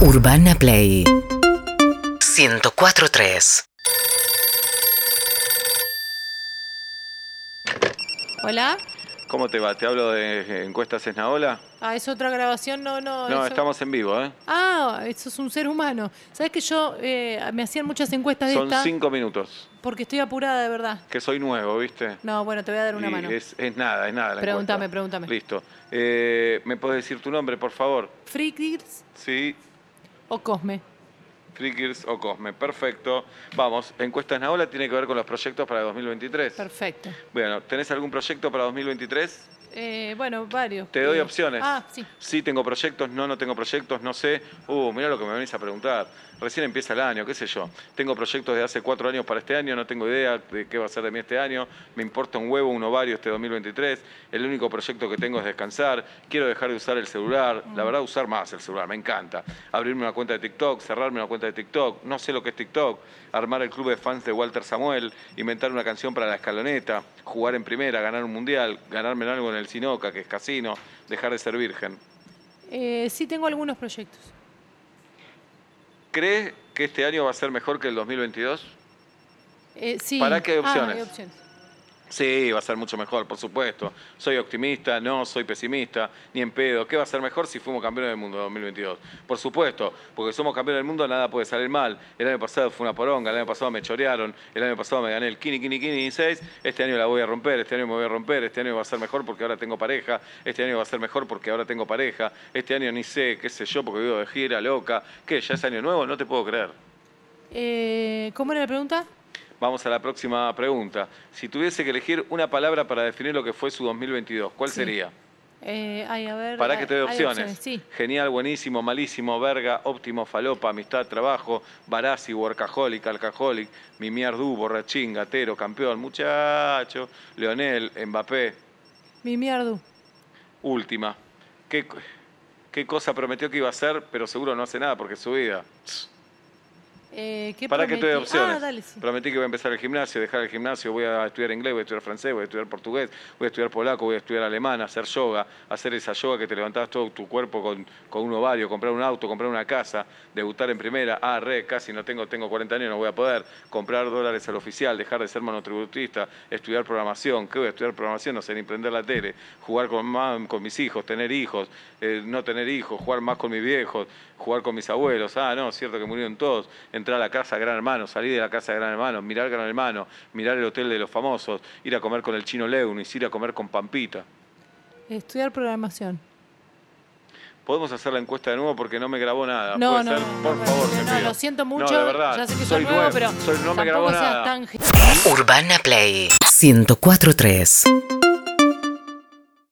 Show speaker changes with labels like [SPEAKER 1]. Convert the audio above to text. [SPEAKER 1] Urbana Play 104.3
[SPEAKER 2] Hola.
[SPEAKER 3] ¿Cómo te va? Te hablo de eh, Encuesta Cenadora.
[SPEAKER 2] Ah, es otra grabación, no, no.
[SPEAKER 3] No,
[SPEAKER 2] eso-
[SPEAKER 3] estamos en vivo, ¿eh?
[SPEAKER 2] Ah, eso es un ser humano. Sabes que yo eh, me hacían muchas encuestas de
[SPEAKER 3] Son
[SPEAKER 2] esta
[SPEAKER 3] cinco minutos.
[SPEAKER 2] porque estoy apurada de verdad.
[SPEAKER 3] Que soy nuevo, ¿viste?
[SPEAKER 2] No, bueno, te voy a dar una
[SPEAKER 3] Y
[SPEAKER 2] mano.
[SPEAKER 3] Es, es nada, es nada. La
[SPEAKER 2] Pregúntame,
[SPEAKER 3] encuesta.
[SPEAKER 2] pregúntame.
[SPEAKER 3] Listo. Eh, ¿Me podés decir tu nombre, por favor?
[SPEAKER 2] ¿Frickers
[SPEAKER 3] Sí,
[SPEAKER 2] o Cosme?
[SPEAKER 3] Frickers o Cosme. Perfecto. Vamos, Encuesta Naola tiene que ver con los proyectos para 2023.
[SPEAKER 2] Perfecto.
[SPEAKER 3] Bueno, ¿tenés algún proyecto para 2023?
[SPEAKER 2] Eh, bueno, varios.
[SPEAKER 3] Te doy
[SPEAKER 2] Eh,
[SPEAKER 3] opciones.
[SPEAKER 2] Ah, sí.
[SPEAKER 3] Sí, tengo proyectos, no, no tengo proyectos, no sé. Uh, mirá lo que me venís a preguntar. Recién empieza el año, qué sé yo. Tengo proyectos de hace cuatro años para este año, no tengo idea de qué va a ser de mí este año. Me importa un huevo, un ovario este 2023. El único proyecto que tengo es descansar. Quiero dejar de usar el celular. La verdad, usar más el celular, me encanta. Abrirme una cuenta de TikTok, cerrarme una cuenta de TikTok. No sé lo que es TikTok. Armar el club de fans de Walter Samuel. Inventar una canción para la escaloneta. Jugar en primera, ganar un mundial. Ganarme en algo en el Sinoca, que es casino. Dejar de ser virgen.
[SPEAKER 2] Eh, sí, tengo algunos proyectos.
[SPEAKER 3] ¿Crees que este año va a ser mejor que el 2022?
[SPEAKER 2] Eh, sí.
[SPEAKER 3] ¿Para qué hay
[SPEAKER 2] Ah,
[SPEAKER 3] opciones?
[SPEAKER 2] hay opciones.
[SPEAKER 3] Sí, va a ser mucho mejor, por supuesto. Soy optimista, no soy pesimista, ni en pedo. ¿Qué va a ser mejor si fuimos campeones del mundo en 2022? Por supuesto, porque somos campeones del mundo, nada puede salir mal. El año pasado fue una poronga, el año pasado me chorearon, el año pasado me gané el Kini Kini Kini 6, este año la voy a romper, este año me voy a romper, este año va a ser mejor porque ahora tengo pareja, este año va a ser mejor porque ahora tengo pareja, este año ni sé, qué sé yo, porque vivo de gira, loca. ¿Qué? ¿Ya es año nuevo? No te puedo creer.
[SPEAKER 2] Eh, ¿Cómo era la pregunta?
[SPEAKER 3] Vamos a la próxima pregunta. Si tuviese que elegir una palabra para definir lo que fue su 2022, ¿cuál
[SPEAKER 2] Sí.
[SPEAKER 3] sería?
[SPEAKER 2] Eh, ay, a ver.
[SPEAKER 3] Para
[SPEAKER 2] hay-
[SPEAKER 3] que te dé
[SPEAKER 2] hay
[SPEAKER 3] opciones.
[SPEAKER 2] Sí.
[SPEAKER 3] Genial, buenísimo, malísimo, verga, óptimo, falopa, amistad, trabajo, barasi, workaholic, alcoholic, mimiardú, borrachín, gatero, campeón, muchacho, Leonel, Mbappé,
[SPEAKER 2] Mi mierdu.
[SPEAKER 3] última. ¿Qué, co- qué cosa prometió que iba a hacer, pero seguro no hace nada porque es su vida?
[SPEAKER 2] Eh, ¿qué
[SPEAKER 3] Para que te dé
[SPEAKER 2] prometí?
[SPEAKER 3] opciones.
[SPEAKER 2] Ah, dale, sí.
[SPEAKER 3] Prometí que voy a empezar el gimnasio, dejar el gimnasio, voy a estudiar inglés, voy a estudiar francés, voy a estudiar portugués, voy a estudiar polaco, voy a estudiar alemán, hacer yoga, hacer esa yoga que te levantabas todo tu cuerpo con, con un ovario, comprar un auto, comprar una casa, debutar en primera, ah, re, casi no tengo, tengo 40 años, no voy a poder, comprar dólares al oficial, dejar de ser monotributista, estudiar programación, ¿qué voy a estudiar programación? No sé, ni prender la tele, jugar con, mam- con mis hijos, tener hijos, eh, no tener hijos, jugar más con mis viejos, jugar con mis abuelos, ah, no, cierto que murieron todos, entrar a la casa de Gran Hermano, salir de la casa de Gran Hermano, mirar Gran Hermano, mirar el hotel de los famosos, ir a comer con el chino Leunis, ir a comer con Pampita.
[SPEAKER 2] Estudiar programación.
[SPEAKER 3] Podemos hacer la encuesta de nuevo porque no me grabó nada.
[SPEAKER 2] No,
[SPEAKER 3] ¿Puede
[SPEAKER 2] no,
[SPEAKER 3] ser?
[SPEAKER 2] no,
[SPEAKER 3] por
[SPEAKER 2] no,
[SPEAKER 3] favor,
[SPEAKER 2] no,
[SPEAKER 3] te
[SPEAKER 2] no,
[SPEAKER 3] pido.
[SPEAKER 2] lo siento mucho.
[SPEAKER 3] No, de verdad.
[SPEAKER 2] ya sé que soy
[SPEAKER 3] soy
[SPEAKER 2] nuevo, pero
[SPEAKER 3] soy- no me grabó
[SPEAKER 2] tampoco seas
[SPEAKER 3] nada.
[SPEAKER 2] tan... ge-
[SPEAKER 1] Urbana Play 104.3